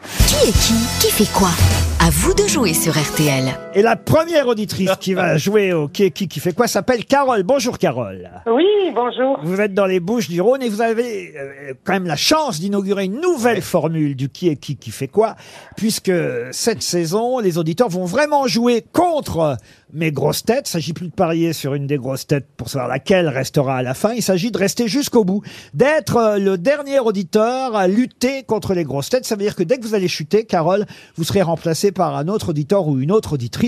Qui est qui Qui fait quoi À vous de jouer sur RTL. Et la première auditrice qui va jouer au qui est qui qui fait quoi s'appelle Carole. Bonjour Carole. Oui, bonjour. Vous êtes dans les Bouches du Rhône et vous avez euh, quand même la chance d'inaugurer une nouvelle formule du qui est qui qui fait quoi, puisque cette saison, les auditeurs vont vraiment jouer contre mes grosses têtes. Il s'agit plus de parier sur une des grosses têtes pour savoir laquelle restera à la fin. Il s'agit de rester jusqu'au bout, d'être euh, le dernier auditeur à lutter contre les grosses têtes. Ça veut dire que dès que vous allez chuter, Carole, vous serez remplacé par un autre auditeur ou une autre auditrice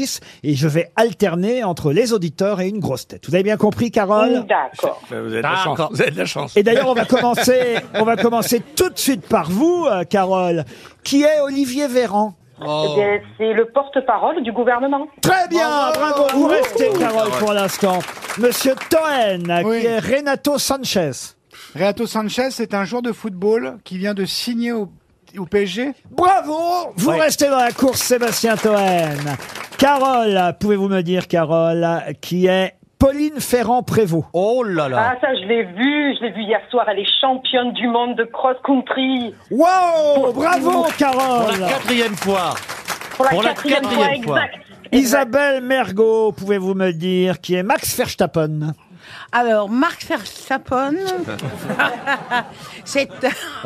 et je vais alterner entre les auditeurs et une grosse tête. Vous avez bien compris, Carole D'accord. Bah, Vous avez de la chance. Vous avez de la chance. Et d'ailleurs, on va commencer, on va commencer tout de suite par vous, euh, Carole, qui est Olivier Véran. Eh bien, c'est le porte-parole du gouvernement. Très bien, bravo, vous restez, Carole, pour l'instant. Monsieur Toen, euh, Oui. qui est Renato Sanchez. Renato Sanchez, c'est un joueur de football qui vient de signer au, au PSG. Bravo, vous restez dans la course, Sébastien Toen. Carole, pouvez-vous me dire, Carole, qui est Pauline Ferrand-Prévot. Oh là là. Ah, ça, je l'ai vu. Je l'ai vu hier soir. Elle est championne du monde de cross-country. Wow, bravo, Pour Carole. la quatrième fois. Pour la Pour la quatrième, quatrième fois, fois. exact. Isabelle Mergot, pouvez-vous me dire, qui est Max Verstappen. Alors, Marc Verstappen, c'est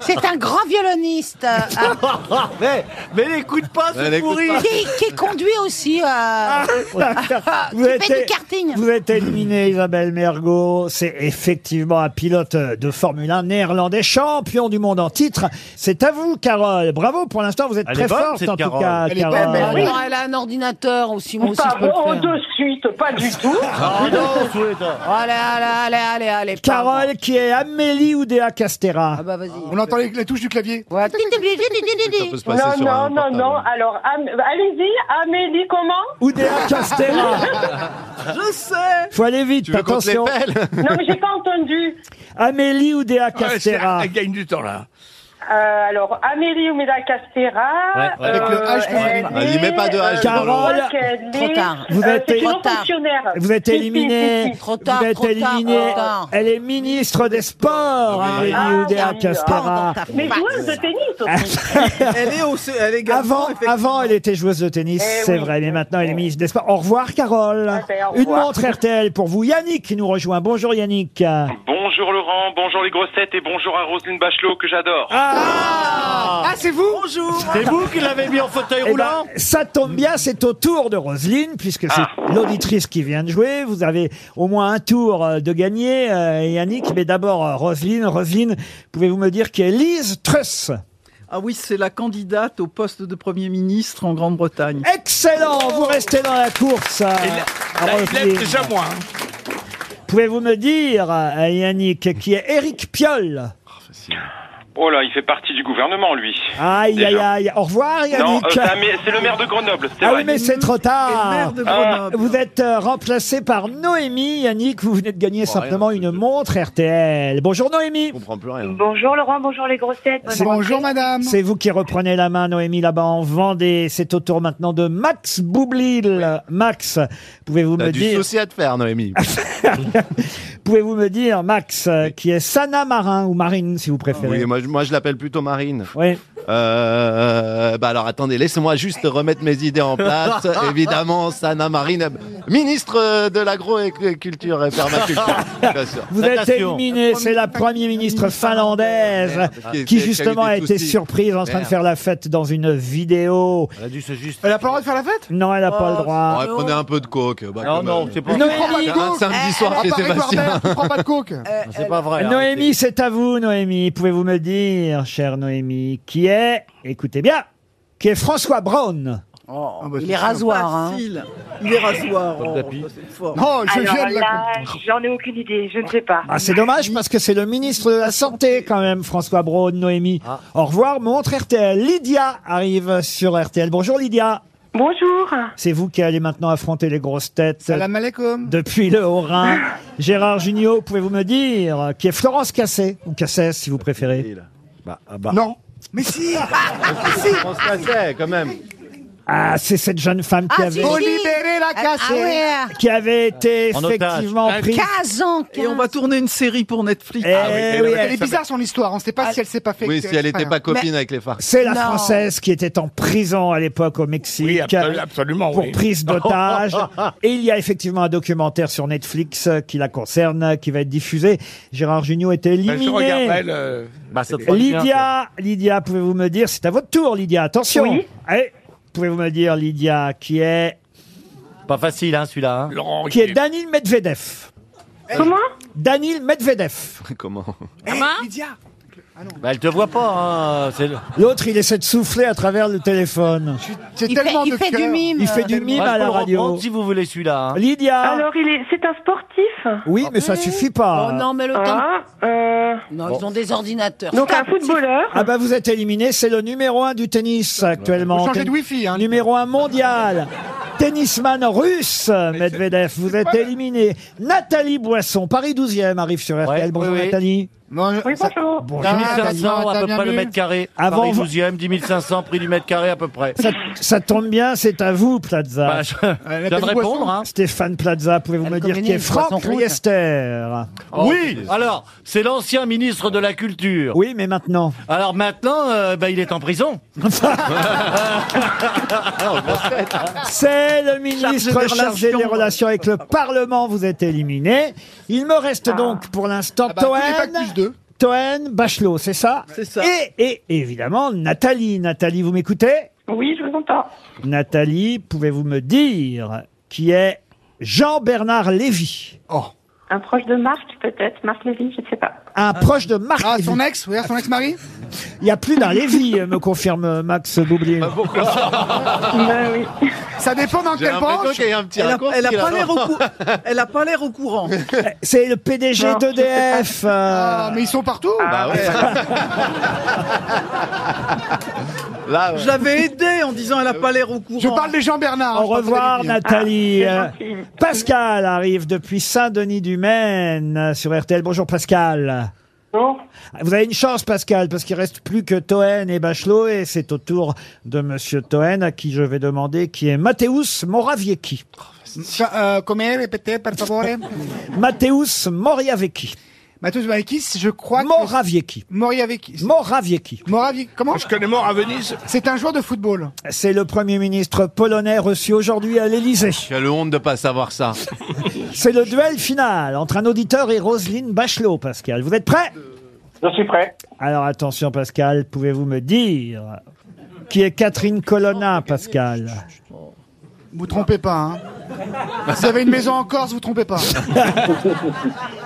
c'est un grand violoniste euh, Mais, mais n'écoute pas ce pourri. qui, qui conduit aussi. Ah, euh, vous Ah, Tu fais du karting. Vous êtes éliminé, Isabelle Mergot. C'est effectivement un pilote de Formule 1 néerlandais, champion du monde en titre. C'est à vous, Carole. Bravo, pour l'instant, vous êtes Elle très est bonne, forte, cette en tout Carole. cas, Elle est bonne, Carole. elle alors, euh, elle a un ordinateur aussi, moi aussi Pas je peux le Ah bon, faire. de suite, pas du tout. Ah non, Souhaita. Allez, allez, allez, allez, allez. pardon. Carole, qui est Amélie Oudéa Castera. Ah bah vas-y. On entend les, la touche du clavier. Voilà. Non, non, non, non. Alors, Am- allez-y, Amélie, comment Oudéa Castera. Je sais. Faut aller vite, attention. Non, mais j'ai pas entendu. Amélie Oudéa Ah Ouais, c'est- Castera. elle gagne du temps là. Euh, alors, Amélie Oumeda Castera. Ouais, ouais. Avec le H, elle Elle y met pas de H est, dans le euh, rôle. je crois qu'elle Trop est, tard. Vous euh, êtes- c'est une Trop tard. fonctionnaire. Vous êtes Si, si, si, éliminé. si. Trop tard, vous êtes trop tard, éliminé. trop tard. Elle est ministre des Sports, Amélie Ah, Oudéa oui. Castera. Mais Bah, joueuse de tennis aussi. Elle est, aussi, elle est garçon, Avant, effectivement. avant, elle était joueuse de tennis, Eh c'est oui. vrai, mais maintenant elle est ministre des Sports. Au revoir, Carole. Ah ben, au Une revoir. montre RTL pour vous. Yannick qui nous rejoint. Bonjour, Yannick. Bonjour Laurent, bonjour les grossettes et bonjour à Roselyne Bachelot que j'adore. Eh Ah, c'est vous Bonjour C'est vous qui l'avez mis en fauteuil Eh ben, roulant ça tombe bien, c'est au tour de Roselyne, puisque c'est l'auditrice qui vient de jouer. Vous avez au moins un tour euh, de gagner, euh, Yannick. Mais d'abord, euh, Roselyne. Roselyne, pouvez-vous me dire qui est Lise Truss Ah oui, c'est la candidate au poste de Premier ministre en Grande-Bretagne. Excellent Vous restez dans la course. euh, à Là, il Roselyne. lève déjà moins. hein. Pouvez-vous me dire, euh, Yannick, qui est Eric Piolle Oh là, il fait partie du gouvernement lui. Aïe, aïe, Déjà. aïe. Au revoir, Non, Ah. Yannick. euh, c'est un maire- c'est le maire de Grenoble, c'est ah vrai. oui, mais c'est trop Et maire tard. de Grenoble. Vous êtes euh, remplacé par Noémie. Yannick, vous venez de gagner simplement une montre RTL. Bonjour, Noémie. Je comprends plus rien. Bonjour Laurent, bonjour les grossettes. C'est- Bonjour madame C'est vous qui reprenez la main, Noémie, là-bas en Vendée. C'est au tour maintenant de Max Boublil. Max, pouvez-vous me T'as du dire, souci à te faire, Noémie. Ah, pouvez-vous me dire, Max, euh, qui est Sana Marin ou Marine, si vous Oui, préférez. moi, je- moi je l'appelle plutôt Marine. Oui. Euh, bah alors attendez, laissez-moi juste remettre mes idées en place. Évidemment, Sana Marine, euh, ministre euh, de l'agroculture et permaculture. bien sûr. Vous êtes Natation. éliminé, c'est la première ministre finlandaise Parce qui qu'il- qu'il y a eu justement des a été soucis. surprise en train de Merde. faire la fête dans une vidéo. Elle a dû se juste. Elle a pas le droit de faire la fête Non, elle n'a pas le droit. Ouais, prenez un peu de coke. bah, Non, comme, non, euh, c'est pas, Euh, c'est un samedi soir À chez part Sébastien. Edouard Baird, qui prend pas de coke c'est pas vrai. Noémie, c'est à vous, Noémie. Pouvez-vous me dire, chère Noémie, qui est, écoutez bien, qui est François Braun Ah bah, Il c'est est rasoir. hein. Facile. Il est rasoir. Oh, ça, c'est fort. Non, je Alors viens de la- là, j'en ai aucune idée, je ne sais pas. Ah, c'est dommage parce que c'est le ministre de la Santé quand même, François Braun, Noémie. Au revoir, montre RTL. Lydia arrive sur RTL. Bonjour Lydia. Bonjour. C'est vous qui allez maintenant affronter les grosses têtes. Salam alaikum depuis le Haut-Rhin. Gérard Junior, pouvez-vous me dire euh, qui est Florence Cassé ou Cassès si vous préférez Bah, ah bah. Non Mais si On se passait quand même. Ah, c'est cette jeune femme qui Ah, avait si, Ah, Libéré Ah, la casser. qui avait été En otage. effectivement Ah, pris. 15 ans, 15. Et on va tourner une série pour Ah, Netflix. Eh oui, Elle elle- est bizarre son histoire, on ne sait pas si elle s'est pas fait. Oui, si elle n'était exprès. pas copine avec les farces. C'est la Non. française qui était en prison à l'époque au Mexique. Oui, absolu- absolument, Pour oui. prise d'otage. Et il y a effectivement un documentaire sur Netflix euh, qui la concerne, qui va être diffusé. Gérard Jugnot était Ben, éliminé. je regarderai le... Bah, ça te fera du bien, ça. Lydia, Lydia, pouvez-vous me dire, c'est à votre tour, Lydia, attention. Oui. Allez, pouvez-vous me dire, Lydia, qui est, Pas facile, hein, celui-là. hein. Laurent qui est Ruquier. Danil Medvedev. Comment Danil Medvedev. Comment Eh, Lydia, Bah, elle te voit pas, hein. C'est le- L'autre, il essaie de souffler à travers le téléphone. c'est Il fait, tellement il de fait du cœur. mime. Il fait du mime Ouais, je à peux la le radio. reprendre si vous voulez celui-là. hein. Lydia. Alors, il est, c'est un sportif oui, mais ça suffit pas. Oh non, mais le temps. Ah, euh, Non, ils ont des ordinateurs. Donc, un Stop. footballeur Ah bah vous êtes éliminé, c'est le numéro un du tennis actuellement. Faut changer de Ten- wifi, hein. Numéro un mondial. Tennisman russe, Medvedev, vous êtes éliminé. Nathalie Boisson, Paris 12e, arrive sur RTL. oui, Bonjour oui. Nathalie. Bon, Oui, Euh, ça- bonjour. Bonjour. 1500 à peu près le mètre carré. Avant Paris vous- 12e, 10 500 prix du mètre carré à peu près. Ça, ça tombe bien, c'est à vous, Plaza. Bah, je je dois me répondre. Hein. Stéphane Plaza, pouvez-vous Elle me dire communise, qui est Franck Poisson rouge. Riester oui, alors, c'est l'ancien ministre de la Culture. Oui, mais maintenant. Alors maintenant, euh, bah, il est en prison. C'est le ministre des chargé des relations. relations avec le Parlement, vous êtes éliminé. Il me reste donc pour l'instant Ah bah, tous les Toen, Bac plus deux. Toen Bachelot, c'est ça C'est ça. Et, et évidemment Nathalie. Nathalie, vous m'écoutez Oui, je vous entends. Nathalie, pouvez-vous me dire qui est Jean-Bernard Lévy Un proche de Marc, peut-être. Marc Lévy, je ne sais pas. un proche de Marc Ah, Lévy. son ex, oui, son ex-mari Il n'y a plus d'un Lévy, euh, me confirme Max Boublier. Ben oui. Ça dépend dans J'ai quelle l'impression branche. qu'il y a un petit Elle a, raccourci, elle a là, pas l'air non au cou- elle a pas l'air au courant. C'est le PDG Non, d'EDF. Ah, mais ils sont partout. Bah ouais. Là, ouais. Je l'avais aidée en disant elle a pas l'air au courant. Je parle des Jean Bernard. Au revoir Nathalie. Ah, c'est Euh, gentil. Pascal arrive depuis Saint-Denis-du-Maine euh, sur RTL. Bonjour Pascal. Bon. Vous avez une chance Pascal parce qu'il reste plus que Toen et Bachelot et c'est au tour de Monsieur Toen à qui je vais demander qui est Mateusz Morawiecki. Comme euh, répétez, per favore. Mateusz Morawiecki. Matos Maekis, je crois que. Morawiecki. Moriavec. Morawiecki. Moravic, comment Je connais mort à Venise. C'est un joueur de football. C'est le premier ministre polonais reçu aujourd'hui à l'Élysée. Tu as le honte de pas savoir ça. C'est le duel final entre un auditeur et Roselyne Bachelot Pascal. Vous êtes prêts Je suis prêt. Alors attention Pascal, pouvez-vous me dire qui est Catherine Colonna Pascal Vous trompez pas, hein. Si vous avez une maison en Corse, vous trompez pas.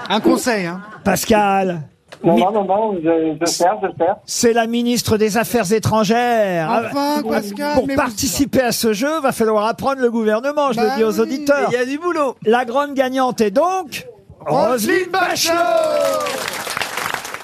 un conseil, hein. Pascal Non, Mi- non, non, non, je, je perds, je perds. c'est la ministre des Affaires étrangères. Enfin, Ah, Pascal, pour mais vous- participer à ce jeu, va falloir apprendre le gouvernement, je Bah le dis aux oui, Et auditeurs. Il y a du boulot. La grande gagnante est donc Roselyne Bachelot